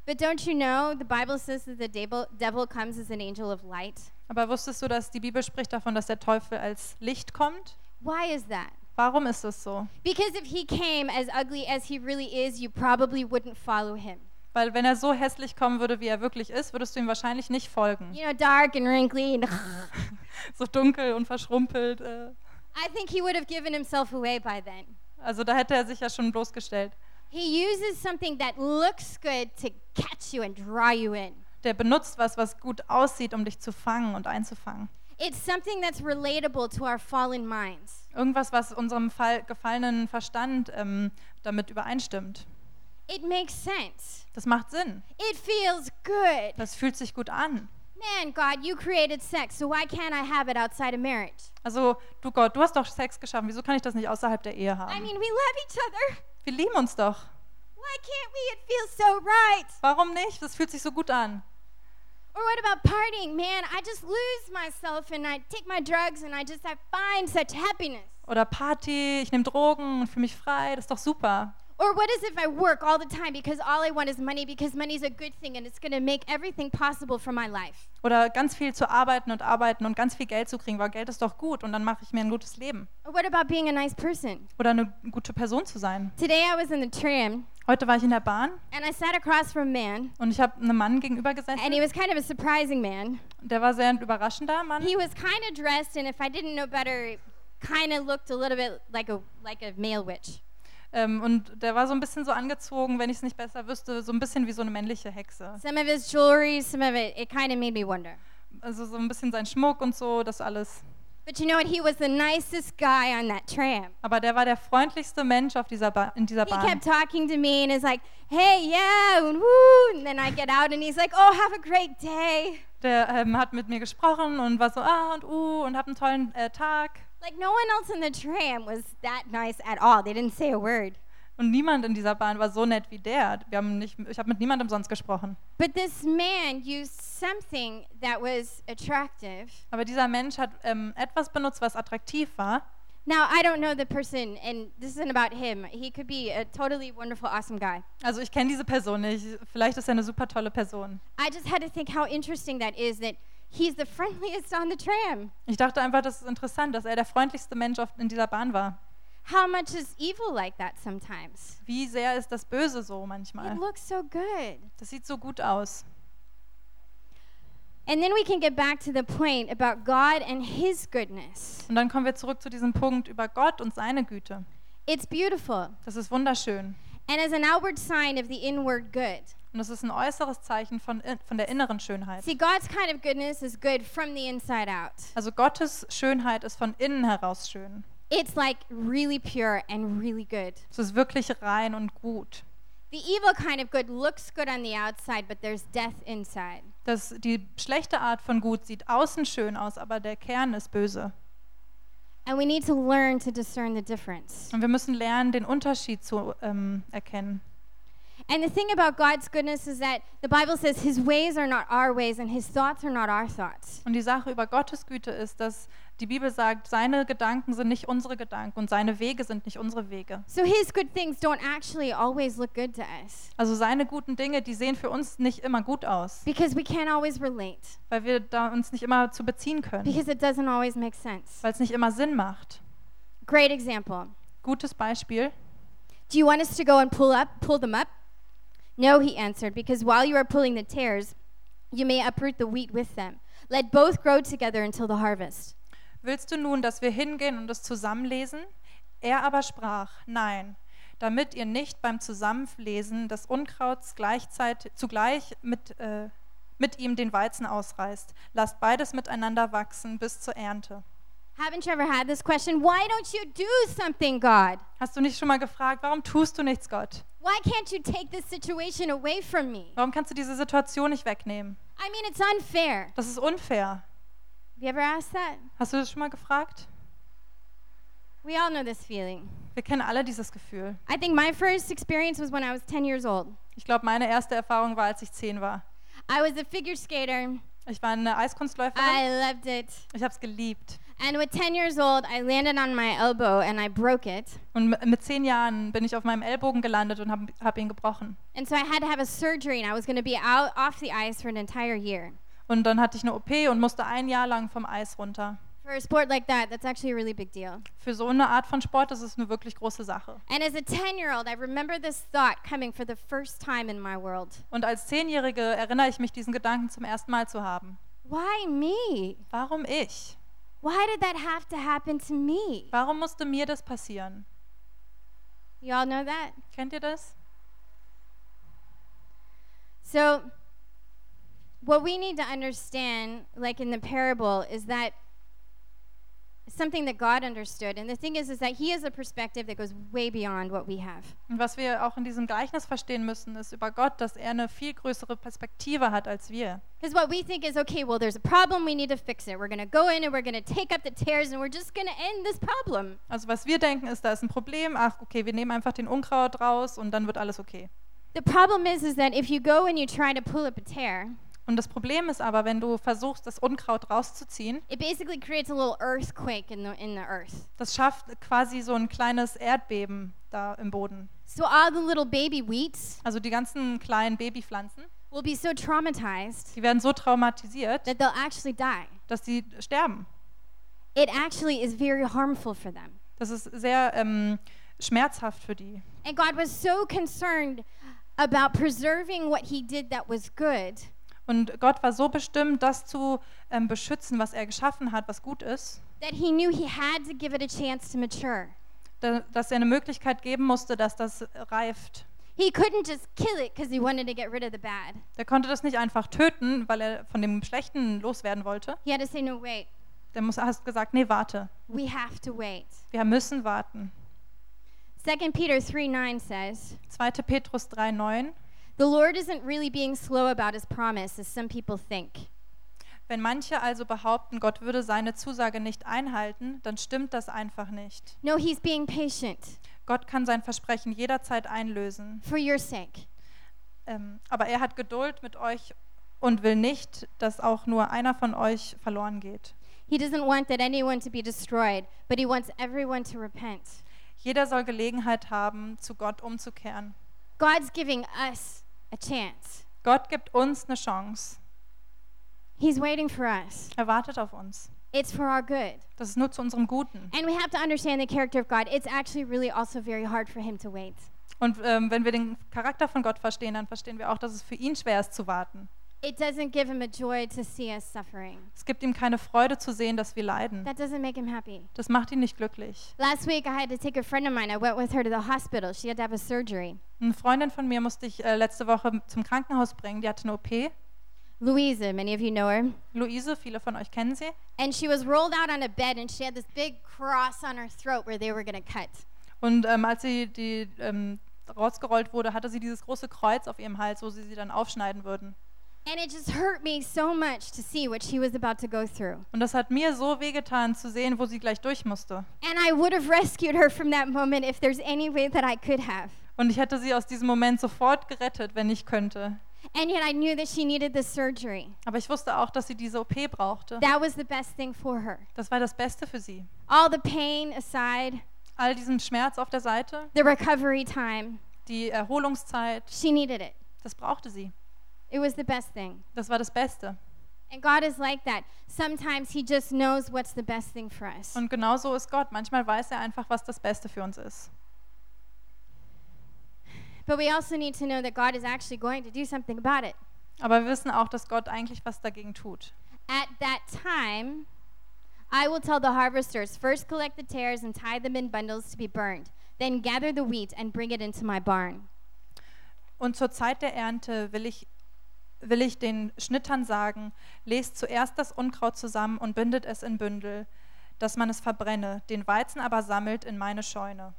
But don't you know the Bible says that the devil, devil comes as an angel of light?
Aber wusstest du, dass die Bibel spricht davon, dass der Teufel als Licht kommt?
Why is that?
Warum ist es so?
Because if he came as ugly as he really is, you probably wouldn't follow him.
Weil wenn er so hässlich kommen würde, wie er wirklich ist, würdest du ihm wahrscheinlich nicht folgen.
You know, dark and wrinkly. And
So dunkel und verschrumpelt. Äh.
I think he would have given himself away by then.
Also da hätte er sich ja schon bloßgestellt.
He uses something that looks good to catch you and draw you in.
Der benutzt was, was gut aussieht, um dich zu fangen und einzufangen.
It's something that's relatable to our fallen minds.
Irgendwas, was unserem Fall gefallenen Verstand ähm, damit übereinstimmt.
It makes sense.
Das macht Sinn.
It feels good.
Das fühlt sich gut an.
Man, God, you created sex, so why can't I have it outside of marriage?
Also, du Gott, du hast doch Sex geschaffen. Wieso kann ich das nicht außerhalb der Ehe
I
haben?
mean, we love each other.
Wir lieben uns doch.
Why can't we? It feels so right.
Warum nicht? Das fühlt sich so gut an.
Or what about partying? Man, I just lose myself and I take my drugs and I just I find such happiness.
Oder Party, ich nehme Drogen und fühle mich frei. Das ist doch super.
Or what is if I work all the time because all I want is money because money's a good thing and it's going to make everything possible for my life.
Oder ganz viel zu arbeiten und arbeiten und ganz viel Geld zu kriegen, weil Geld ist doch gut und dann mache ich mir ein gutes Leben.
Or what about being a nice person?
Oder eine gute Person zu sein.
Today I was in the tram
Heute war ich in der Bahn
and I sat across from a man,
und ich habe einem Mann gegenüber gesessen.
and he was kind of a surprising man.
Der war sehr ein überraschender Mann.
He was kind of dressed, and if I didn't know better, kind of looked a little bit like a like a male witch.
Ähm, und der war so ein bisschen so angezogen, wenn ich es nicht besser wüsste, so ein bisschen wie so eine männliche Hexe.
Some of his jewelry, some of it, it kind of made me wonder.
Also so ein bisschen sein Schmuck und so, das alles.
But you know what? He was the nicest guy on that tram.
Aber der war der freundlichste Mensch auf dieser ba in dieser
He
Bahn.
kept talking to me and is like, "Hey, yeah, and woo," and then I get out and he's like, "Oh, have a great day."
Der ähm, hat mit mir gesprochen und war so ah und uh und hab einen tollen äh, Tag.
Like no one else in the tram was that nice at all. They didn't say a word.
Und niemand in dieser Bahn war so nett wie der. Wir haben nicht, ich habe mit niemandem sonst gesprochen.
But this man used something that was attractive.
Aber dieser Mensch hat ähm, etwas benutzt, was attraktiv war.
Now, I don't know the person, and this isn't about him. He could be a totally wonderful, awesome guy.
Also ich kenne diese Person nicht. Vielleicht ist er eine super tolle Person.
I just had to think how interesting that is that he's the friendliest on the tram.
Ich dachte einfach, das ist interessant, dass er der freundlichste Mensch auf, in dieser Bahn war.
How much is evil like that sometimes?
Wie sehr ist das Böse so
It
manchmal?
looks so good.
Das sieht so gut aus.
And then we can get back to the point about God and his goodness.
Und dann kommen wir zurück zu diesem Punkt über Gott und seine Güte.
It's beautiful
Das ist wunderschön.
and is an outward sign of the inward good.
Und das ist ein äußeres Zeichen von, in- von der inneren Schönheit.
See, God's kind of goodness is good from the inside out.
Also Gottes Schönheit ist von innen heraus schön.
It's like really pure and really good.
Es ist wirklich rein und gut.
The evil kind of good looks good on the outside, but there's death inside.
Das, die schlechte Art von gut sieht außen schön aus, aber der Kern ist böse.
And we need to learn to discern the difference.
Und wir müssen lernen, den Unterschied zu ähm, erkennen.
And the thing about God's goodness is that the Bible says his ways are not our ways and his thoughts are not our thoughts.
Und die Sache über Gottes Güte ist, dass die Bibel sagt, seine Gedanken sind nicht unsere Gedanken und seine Wege sind nicht unsere Wege.
So his good things don't actually always look good to us
Also seine guten Dinge, die sehen für uns nicht immer gut aus,
because we can't always relate,
weil wir da uns nicht immer zu beziehen können,
because it doesn't always make sense.
weil es nicht immer Sinn macht.
Great example.
Gutes Beispiel.
Do you want us to go and pull up, pull them up? No, he answered, because while you are pulling the tares, you may uproot the wheat with them. Let both grow together until the harvest.
Willst du nun, dass wir hingehen und es zusammenlesen? Er aber sprach, nein, damit ihr nicht beim Zusammenlesen des Unkrauts gleichzeitig, zugleich mit, äh, mit ihm den Weizen ausreißt. Lasst beides miteinander wachsen bis zur Ernte.
Haven't you ever had this question? Why don't you do something, God?
Hast du nicht schon mal gefragt, warum tust du nichts, Gott?
Why can't you take this situation away from me?
Warum kannst du diese Situation nicht wegnehmen?
I mean, it's unfair.
Das ist unfair.
Have you ever asked that?
Hast du das schon mal gefragt?
We all know this feeling.
Wir kennen alle dieses Gefühl.
I think my first experience was when I was 10 years old.
Ich glaube, meine erste Erfahrung war, als ich zehn war.
I was a figure skater.
Ich war eine Eiskunstläuferin.
I loved it.
Ich habe es geliebt.
And with 10 years old, I landed on my elbow and I broke it.
Und m- mit zehn Jahren bin ich auf meinem Ellbogen gelandet und habe hab ihn gebrochen.
And so I had to have a surgery, and I was going to be out off the ice for an entire year.
Und dann hatte ich eine OP und musste ein Jahr lang vom Eis runter.
For a sport like that, that's actually a really big deal.
Für so eine Art von Sport ist es eine wirklich große Sache.
And as a 10 year old, I remember this thought coming for the first time in my world
Und als Zehnjährige erinnere ich mich, diesen Gedanken zum ersten Mal zu haben.
Why me?
Warum ich?
Why did that have to happen to me?
Warum musste mir das passieren?
You all know that?
Kennt ihr das?
So, what we need to understand, like in the parable, is that something that God understood. And the thing is, is that He has a perspective that goes way beyond what we have.
Und was wir auch in diesem Gleichnis verstehen müssen, ist über Gott, dass er eine viel größere Perspektive hat als wir.
Because what we think is, okay, well, there's a problem, we need to fix it. We're going to go in and we're going to take up the tears and we're just going to end this problem.
Also was wir denken ist, da ist ein Problem, ach okay, wir nehmen einfach den Unkraut raus und dann wird alles okay.
The problem is, is that if you go and you try to pull up a tear,
Und das Problem ist aber, wenn du versuchst, das Unkraut rauszuziehen,
it basically creates a little earthquake in the, in the earth.
das schafft quasi so ein kleines Erdbeben da im Boden.
So all the little baby wheats
Also die ganzen kleinen Babypflanzen,
will be so traumatized
die werden so traumatisiert,
that they'll actually die.
dass sie sterben.
It actually is very harmful for them.
Das ist sehr ähm, schmerzhaft für die.
And God was so concerned about preserving what he did that was good
Und Gott war so bestimmt, das zu ähm, beschützen, was er geschaffen hat, was gut ist,
that he knew he had to give it a chance to mature.
da, dass er eine Möglichkeit geben musste, dass das reift.
He couldn't just kill it because he wanted to get rid of the bad.
Der konnte das nicht einfach töten, weil er von dem Schlechten loswerden wollte.
He had to say, no, wait,
Der muss, hast gesagt, nee, warte,
we have to wait.
wir müssen warten.
2 Peter 3 9 says,
2. Petrus 3,9.
The Lord isn't really being slow about his promise, as some people think.
Wenn manche also behaupten, Gott würde seine Zusage nicht einhalten, dann stimmt das einfach nicht.
No, he's being patient
Gott kann sein Versprechen jederzeit einlösen.
for your sake.
Ähm, aber er hat Geduld mit euch und will nicht, dass auch nur einer von euch verloren geht.
He doesn't want that anyone to be destroyed, but he wants everyone to repent.
Jeder soll Gelegenheit haben, zu Gott umzukehren.
God's giving us a chance.
Gott gibt uns eine Chance.
He's waiting for us.
Er wartet auf uns.
It's for our good.
Das ist nur zu unserem Guten.
And we have to understand the character of God. It's actually really also very hard for him to wait.
Und ähm, wenn wir den Charakter von Gott verstehen, dann verstehen wir auch, dass es für ihn schwer ist zu warten.
It doesn't give him a joy to see us suffering.
Es gibt ihm keine Freude zu sehen, dass wir leiden.
That doesn't make him happy.
Das macht ihn nicht glücklich.
Last week, I had to take a friend of mine. I went with her to the hospital. She had to have a surgery.
Eine Freundin von mir musste ich äh, letzte Woche zum Krankenhaus bringen. Die hatte eine OP.
Louisa, many of you know her.
Luise, viele von euch kennen sie.
And she was rolled out on a bed and she had this big cross on her throat where they were going to cut.
Und ähm, als sie die, ähm, rausgerollt wurde, hatte sie dieses große Kreuz auf ihrem Hals, wo sie sie dann aufschneiden würden.
And it just hurt me so much to see what she was about to go through.
Und das hat mir so wehgetan zu sehen, wo sie gleich durch musste.
And I would have rescued her from that moment if there's any way that I could have.
Und ich hätte sie aus diesem Moment sofort gerettet, wenn ich könnte.
And yet I knew that she needed the surgery.
Aber ich wusste auch, dass sie diese OP brauchte.
That was the best thing for her.
Das war das Beste für sie.
All the pain aside,
All diesen Schmerz auf der Seite,
the recovery time,
die Erholungszeit,
she needed it.
das brauchte sie.
It was the best thing.
Das war das Beste.
And God is like that. Sometimes He just knows what's the best thing for us.
Und genau so ist Gott. Manchmal weiß er einfach, was das Beste für uns ist.
But we also need to know that God is actually going to do something about it.
Aber wir wissen auch, dass Gott eigentlich was dagegen tut.
At that time, I will tell the harvesters first collect the tares and tie them in bundles to be burned, then gather the wheat and bring it into my barn.
Und zur Zeit der Ernte will ich, will ich den Schnittern sagen, lest zuerst das Unkraut zusammen und bindet es in Bündel, dass man es verbrenne, den Weizen aber sammelt in meine Scheune.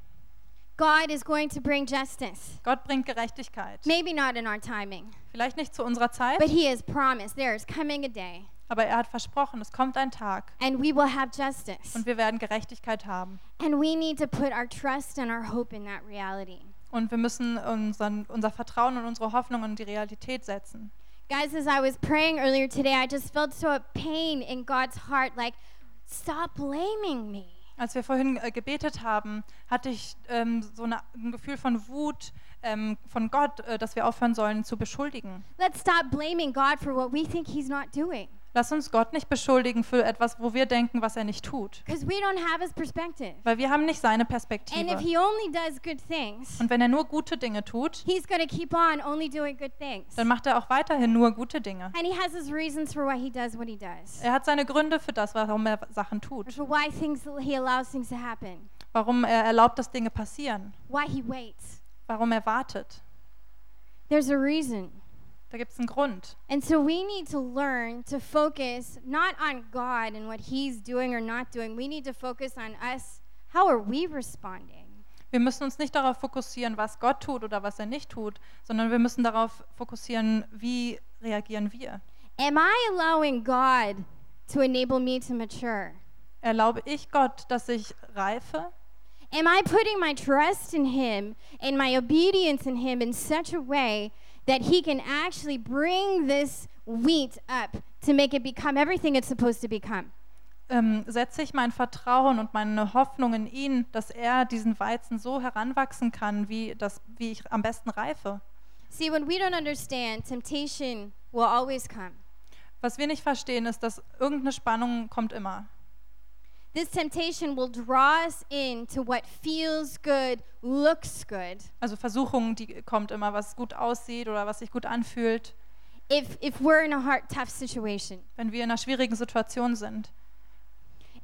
God is going to bring justice.
Gott bringt Gerechtigkeit.
Maybe not in our timing,
Vielleicht nicht zu unserer Zeit,
but He has promised there is coming a day
aber er hat versprochen, es kommt ein Tag
and we will have justice.
und wir werden Gerechtigkeit haben.
And we need to put our trust and our hope in that reality.
Und wir müssen unseren, unser Vertrauen und unsere Hoffnung in die Realität setzen.
Guys, as I was praying earlier today, I just felt so at pain in God's heart like, stop blaming me.
Als wir vorhin äh, gebetet haben, hatte ich ähm, so eine, ein Gefühl von Wut ähm, von Gott, äh, dass wir aufhören sollen zu beschuldigen.
Let's stop blaming God for what we think He's not doing
Lass uns Gott nicht beschuldigen für etwas, wo wir denken, was er nicht tut.
because we don't have His perspective.
Weil wir haben nicht
And
seine
if
Perspektive.
He only does good things,
Und wenn er nur gute Dinge tut,
He's going to keep on only doing good things.
dann macht er auch weiterhin nur gute Dinge.
And He has His reasons for why He does what He does,
Er hat seine Gründe für das, warum er Sachen
or
tut,
for why things He allows things to happen,
warum er erlaubt, dass Dinge passieren,
why He waits.
warum er wartet.
There's a reason.
Da gibt es einen Grund.
And so we need to learn to focus not on God and what He's doing or not doing. We need to focus on us. How are we responding?
Wir müssen uns nicht darauf fokussieren, was Gott tut oder was er nicht tut, sondern wir müssen darauf fokussieren, wie reagieren wir.
Am I allowing God to enable me to mature?
Erlaube ich Gott, dass ich reife?
Am I putting my trust in Him and my obedience in Him in such a way that He can actually bring this wheat up to make it become everything it's supposed to become?
Ähm, setze ich mein Vertrauen und meine Hoffnung in ihn, dass er diesen Weizen so heranwachsen kann, wie, das, wie ich am besten reife?
See, when we don't understand, temptation will always come.
Was wir nicht verstehen, ist, dass irgendeine Spannung kommt immer.
This temptation will draw us into what feels good, looks good.
Also Versuchungen, die kommt immer, was gut aussieht oder was sich gut anfühlt,
If if we're in a hard tough situation,
wenn wir in einer schwierigen Situation sind.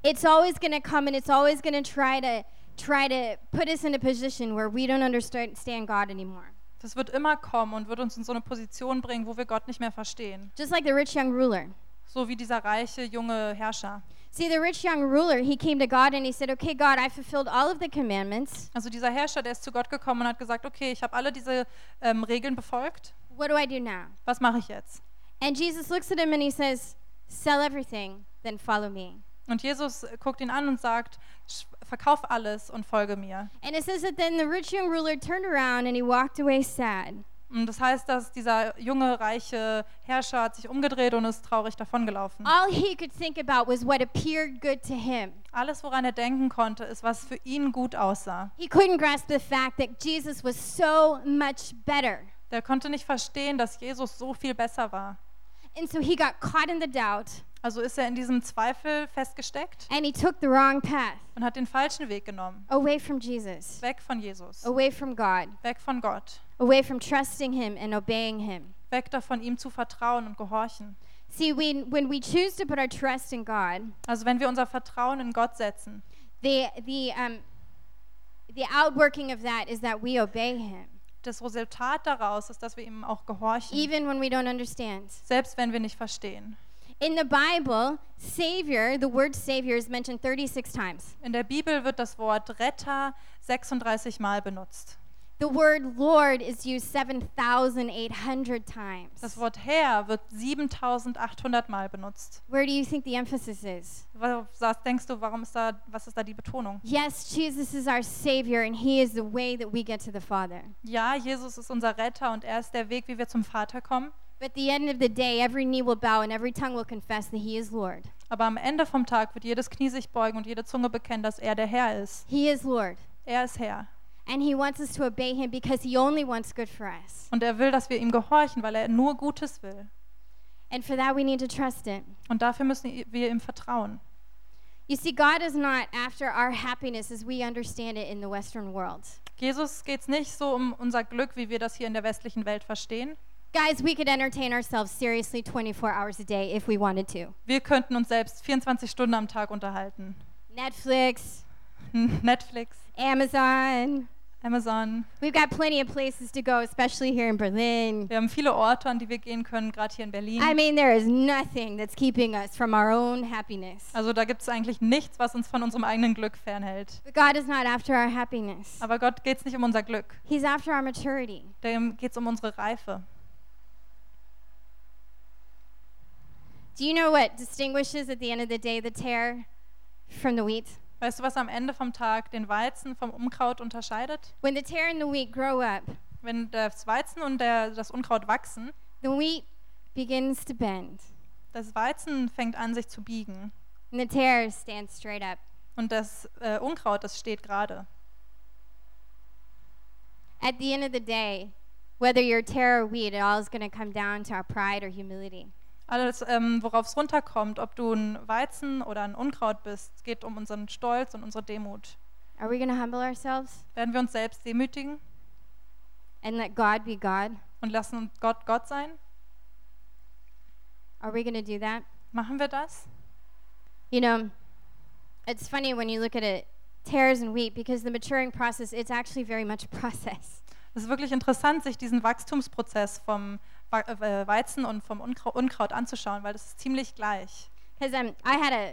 it's always going to come and it's always going to try to try to put us in a position where we don't understand God anymore.
Das wird immer kommen und wird uns in so eine Position bringen, wo wir Gott nicht mehr verstehen.
Just like the rich young ruler.
So wie dieser reiche junge Herrscher.
See, the rich young ruler, he came to God and he said, "Okay, God, I fulfilled all of the commandments.
Also dieser Herrscher, der ist zu Gott gekommen und hat gesagt, okay, ich habe alle diese ähm, Regeln befolgt,
What do I do now?"
was mache ich jetzt?
And Jesus looks at him and he says, Sell everything, then follow me.
Und Jesus guckt ihn an und sagt, "Sch- verkauf alles und folge mir.
And it says that then the rich young ruler turned around and he walked away sad.
Und das heißt, dass dieser junge, reiche Herrscher hat sich umgedreht und ist traurig davongelaufen.
All he could think about was what appeared good to him.
Alles, woran er denken konnte, ist, was für ihn gut aussah.
He couldn't grasp the fact that Jesus was so much better.
Der konnte nicht verstehen, dass Jesus so viel besser war.
And so he got caught in the doubt
Also ist er in diesem Zweifel festgesteckt
and he took the wrong path
und hat den falschen Weg genommen.
away from Jesus,
Weg von Jesus,
away from God,
weg von Gott,
away from trusting him and obeying him.
weg davon, ihm zu vertrauen und gehorchen.
See, when, when we choose to put our trust in God,
Also wenn wir unser Vertrauen in Gott setzen,
the the um the outworking of that is that we obey him
das Resultat daraus ist, dass wir ihm auch gehorchen,
even when we don't understand
selbst wenn wir nicht verstehen.
in the bible savior the word savior is mentioned 36 times
In der Bibel wird das Wort Retter 36 Mal benutzt.
the word lord is used 7800 times
Das Wort Herr wird 7800 Mal benutzt.
where do you think the emphasis is
Wa- Was denkst du, warum ist da, was ist da die Betonung?
yes jesus is our savior and he is the way that we get to the father
Ja, Jesus ist unser Retter und er ist der Weg, wie wir zum Vater kommen.
but at the end of the day every knee will bow and every tongue will confess that he is lord
Aber am Ende vom Tag wird jedes Knie sich beugen und jede Zunge bekennen, dass er der Herr ist.
he is lord
Er ist Herr.
and he wants us to obey him because he only wants good for us
Und er will, dass wir ihm gehorchen, weil er nur Gutes will.
And for that, we need to trust it.
Und dafür müssen wir ihm vertrauen.
You see, God is not after our happiness as we understand it in the Western world.
Jesus geht es nicht so um unser Glück, wie wir das hier in der westlichen Welt verstehen.
Guys, we could entertain ourselves seriously 24 hours a day if we wanted to.
Wir könnten uns selbst 24 Stunden am Tag unterhalten.
Netflix,
Netflix,
Amazon.
Amazon.
We've got plenty of places to go, especially here in Berlin.
Wir haben viele Orte, an die wir gehen können, gerade hier in Berlin.
I mean, there is nothing that's keeping us from our own happiness.
Also da gibt es eigentlich nichts, was uns von unserem eigenen Glück fernhält.
But God is not after our happiness,
Aber Gott geht es nicht um unser Glück.
He's after our maturity.
Dem geht es um unsere Reife.
Do you know what distinguishes at the end of the day the tear from the wheat?
Weißt du, was am Ende vom Tag den Weizen vom Unkraut unterscheidet?
When the tear and the wheat grow up,
Wenn das Weizen und der, das Unkraut wachsen,
The wheat begins to bend,
das Weizen fängt an, sich zu biegen.
and the tares stand straight up.
Und das äh, Unkraut, das steht gerade.
At the end of the day, whether you're tare or wheat, it all is going to come down to our pride or humility.
Alles, ähm, worauf es runterkommt, ob du ein Weizen oder ein Unkraut bist, es geht um unseren Stolz und unsere Demut.
Are we going to humble ourselves
Werden wir uns selbst demütigen
and let God be God?
und lassen Gott Gott sein?
Are we going to do that?
Machen wir das?
You know, it's funny when you look at it, tares and wheat, because the maturing process, it's actually very much a process.
Es ist wirklich interessant, sich diesen Wachstumsprozess vom Wa- äh, Weizen und vom Unkrau Unkraut anzuschauen, weil das ist ziemlich gleich.
Because um, I had a,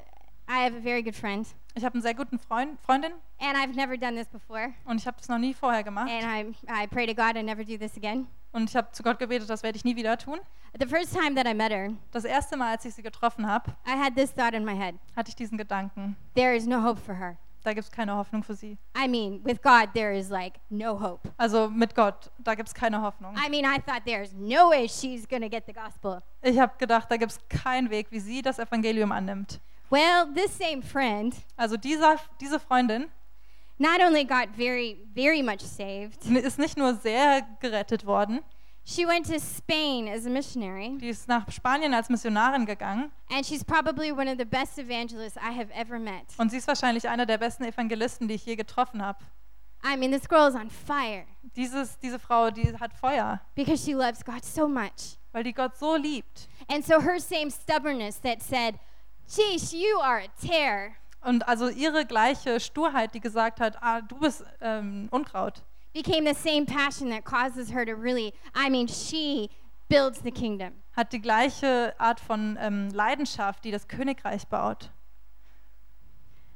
I have a very good friend,
Ich habe einen sehr guten Freund, Freundin
and I've never done this before,
und ich habe das noch nie vorher gemacht.
and I'm, I pray to God I never do this again.
Und ich habe zu Gott gebetet, das werde ich nie wieder tun.
The first time that I met her,
Das erste Mal, als ich sie getroffen habe,
I had this thought in my head.
hatte ich diesen Gedanken.
There is no hope for her.
Da gibt es keine Hoffnung für sie.
I mean, with God, there is like no hope.
Also mit Gott, da gibt es keine Hoffnung.
I mean, I thought there's no way she's going to get the gospel.
Ich habe gedacht, da gibt es keinen Weg, wie sie das Evangelium annimmt.
Well, this same friend
Also dieser, diese Freundin
not only got very, very much saved,
ist nicht nur sehr gerettet worden,
She went to Spain as a missionary,
Die ist nach Spanien als Missionarin gegangen
and she's probably one of the best evangelists I have ever met.
und sie ist wahrscheinlich einer der besten Evangelisten, die ich je getroffen habe.
I mean, this girl is on fire
Dieses, diese Frau, die hat Feuer,
because she loves God so much.
weil die Gott so liebt.
And so her same stubbornness that said, Jeesh, you are a tear,
Und also ihre gleiche Sturheit, die gesagt hat, ah, du bist ähm, Unkraut,
became the same passion that causes her to really, I mean, she builds the kingdom.
hat die gleiche Art von ähm, Leidenschaft, die das Königreich baut.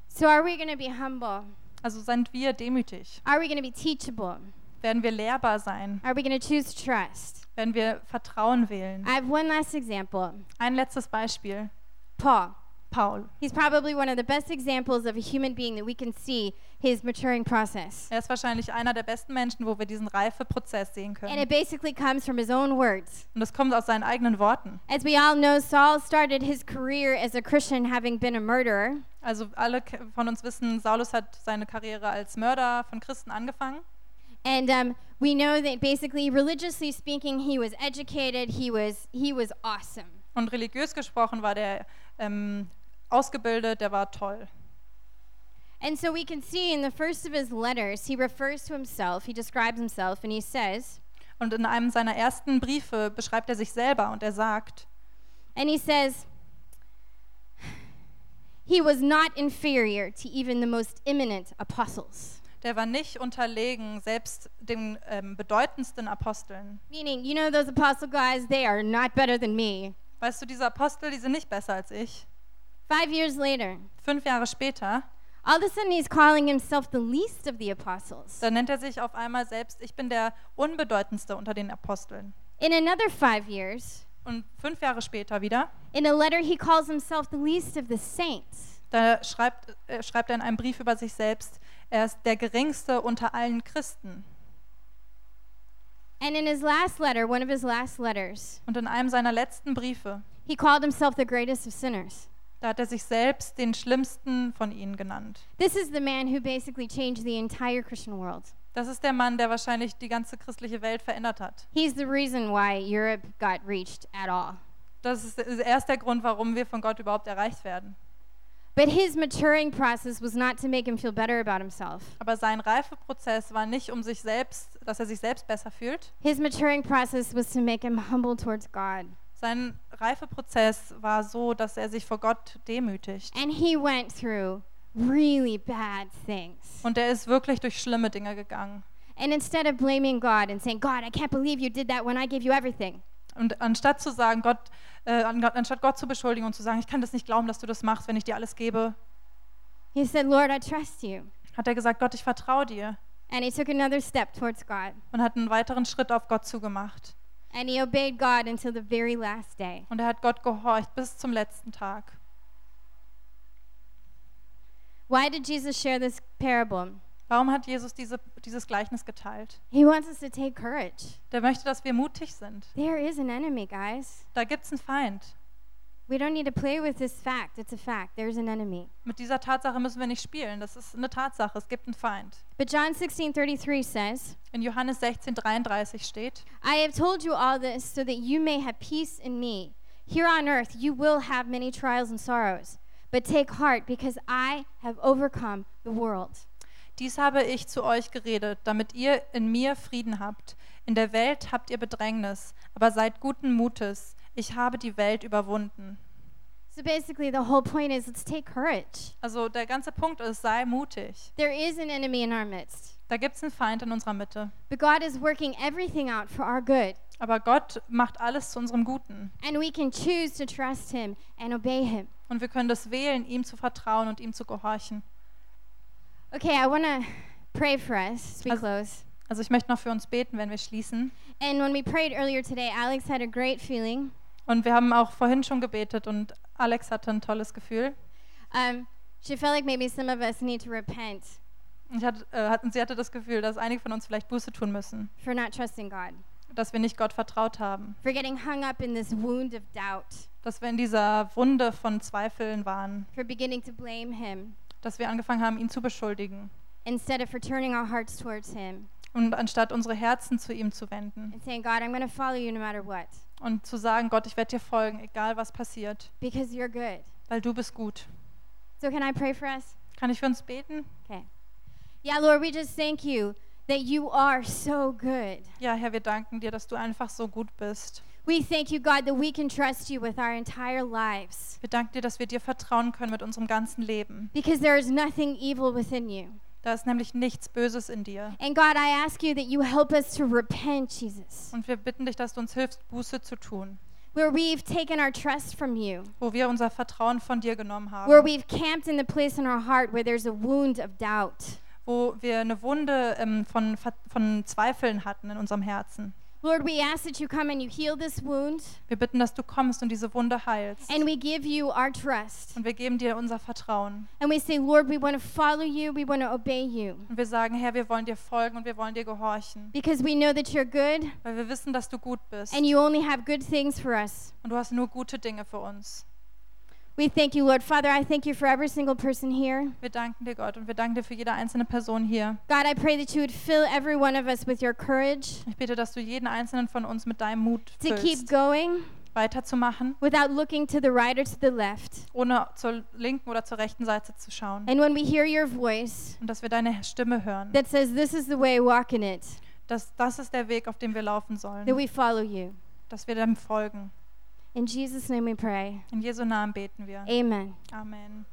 So are we going to be humble?
Also sind wir demütig,
Are we going to be teachable?
werden wir lehrbar sein,
Are we going to choose trust?
werden wir Vertrauen wählen.
I have one last example
Ein letztes Beispiel,
Paul.
Paul.
He's probably one of the best examples of a human being that we can see his maturing process.
Er ist wahrscheinlich einer der besten Menschen, wo wir diesen Reifeprozess sehen
And
können.
it basically comes from his own words.
Und das kommt aus seinen eigenen Worten.
As we all know, Saul started his career as a Christian having been a murderer.
Also alle ke- von uns wissen, Saulus hat seine Karriere als Mörder von Christen angefangen.
And um, we know that basically, religiously speaking, he was educated, he was, he was awesome.
Und religiös gesprochen war der ähm, ausgebildet, der war toll.
And so we can see in the first of his letters, he refers to himself, he describes himself, and he says,
Und in einem seiner ersten Briefe beschreibt er sich selber und er sagt,
and he says, he was not inferior to even the most eminent apostles.
der war nicht unterlegen, selbst den ähm, bedeutendsten Aposteln.
Meaning, you know, those apostle guys, they are not better than me.
Weißt du, diese Apostel, die sind nicht besser als ich.
Five years later,
Fünf Jahre später,
all of a sudden he's calling himself the least of the apostles.
da nennt er sich auf einmal selbst, ich bin der unbedeutendste unter den Aposteln.
In another five years,
Und fünf Jahre später wieder,
in a letter he calls himself the least of the saints.
da schreibt, äh, schreibt er in einem Brief über sich selbst, er ist der geringste unter allen Christen.
And in his last letter, one of his last letters,
Und in einem seiner letzten Briefe,
he called himself the greatest of sinners.
da hat er sich selbst den schlimmsten von ihnen genannt.
This is the man who basically changed the entire Christian world.
Das ist der Mann, der wahrscheinlich die ganze christliche Welt verändert hat.
He's the reason why Europe got reached at all.
Das ist erst der Grund, warum wir von Gott überhaupt erreicht werden.
But his maturing process was not to make him feel better about himself.
Aber sein Reifeprozess war nicht um sich selbst, dass er sich selbst besser fühlt.
His maturing process was to make him humble towards God.
Sein Reifeprozess war so, dass er sich vor Gott demütigt.
And he went through really bad things.
Und er ist wirklich durch schlimme Dinge gegangen.
And instead of blaming God and saying, God, I can't believe you did that when I gave you everything,
Und anstatt zu sagen, Gott, äh, an Gott, anstatt Gott zu beschuldigen und zu sagen, ich kann das nicht glauben, dass du das machst, wenn ich dir alles gebe,
he said, Lord, I trust you.
hat er gesagt, Gott, ich vertraue dir.
And he took another step towards God.
Und hat einen weiteren Schritt auf Gott zugemacht.
And he obeyed God until the very last day.
Und er hat Gott gehorcht bis zum letzten Tag.
Why did Jesus share this parable?
Warum hat Jesus diese, dieses Gleichnis geteilt?
He wants us to take courage.
Der möchte, dass wir mutig sind.
There is an enemy, guys.
Da gibt es einen Feind.
We don't need to play with this fact. It's a fact. There's an enemy.
Mit dieser Tatsache müssen wir nicht spielen. Das ist eine Tatsache. Es gibt einen Feind.
But John 16:33 says,
In Johannes 16, 33 steht,
I have told you all this so that you may have peace in me. Here on earth you will have many trials and sorrows, but take heart because I have overcome the world.
Dies habe ich zu euch geredet, damit ihr in mir Frieden habt. In der Welt habt ihr Bedrängnis, aber seid guten Mutes. Ich habe die Welt überwunden.
So basically, the whole point is let's take courage.
Also der ganze Punkt ist, sei mutig.
There is an enemy in our midst,
Da gibt es einen Feind in unserer Mitte.
but God is working everything out for our good,
Aber Gott macht alles zu unserem Guten.
and we can choose to trust Him and obey Him.
Und wir können das wählen, ihm zu vertrauen und ihm zu gehorchen.
Okay, I want to pray for us as we
As-
close.
Also ich möchte noch für uns beten, wenn wir schließen.
And when we prayed earlier today, Alex had a great feeling.
Und wir haben auch vorhin schon gebetet und Alex hatte ein tolles Gefühl.
Um, she felt like maybe some of us need to repent
Ich hatte, äh, hat- und sie hatte das Gefühl, dass einige von uns vielleicht Buße tun müssen,
for not trusting God,
dass wir nicht Gott vertraut haben,
for getting hung up in this wound of doubt,
dass wir in dieser Wunde von Zweifeln waren,
for beginning to blame Him
dass wir angefangen haben, ihn zu beschuldigen,
instead of for turning our hearts towards Him.
und anstatt unsere Herzen zu ihm zu wenden
and saying, God, I'm going to follow you no matter what
und zu sagen, Gott, ich werde dir folgen, egal was passiert,
because you're good.
weil du bist gut.
So, can I pray for us?
Kann ich für uns beten?
Okay. Yeah, Lord, we just thank you that you are so good.
Ja, Herr, wir danken dir, dass du einfach so gut bist.
We thank you, God, that we can trust you with our entire lives
Wir danken dir, dass wir dir vertrauen können mit unserem ganzen Leben.
because there is nothing evil within you.
Da ist nämlich nichts Böses in dir.
And God, I ask you that you help us to repent, Jesus,
Und wir bitten dich, dass du uns hilfst, Buße zu tun,
where we've taken our trust from you,
wo wir unser Vertrauen von dir genommen
where
haben,
we've camped in the place in our heart where there's a wound of doubt.
wo wir eine Wunde ähm, von, Ver- von Zweifeln hatten in unserem Herzen.
Lord, we ask that you come and you heal this wound,
Wir bitten, dass du kommst und diese Wunde heilst.
and we give you our trust.
Und wir geben dir unser Vertrauen.
And we say, Lord, we want to follow you, we want to obey you,
Und wir sagen, Herr, wir wollen dir folgen und wir wollen dir gehorchen,
because we know that you're good
weil wir wissen, dass du gut bist.
and you only have good things for us.
Und du hast nur gute Dinge für uns.
We thank you, Lord. Father, I thank you for every single person here.
Wir danken dir, Gott, und wir danken dir für jede einzelne Person hier.
God, I pray that you would fill every one of us with your courage
Ich bitte, dass du jeden einzelnen von uns mit deinem Mut
to keep
füllst,
going
weiterzumachen,
without looking to the right or to the left.
ohne zur linken oder zur rechten Seite zu schauen.
And when we hear your voice
Und dass wir deine Stimme hören.
that says, This is the way, walk in it,
Dass das ist der Weg, auf dem wir laufen
that
sollen.
we follow you.
Dass wir dem folgen.
In Jesus' name we pray.
In Jesu Namen beten wir.
Amen.
Amen.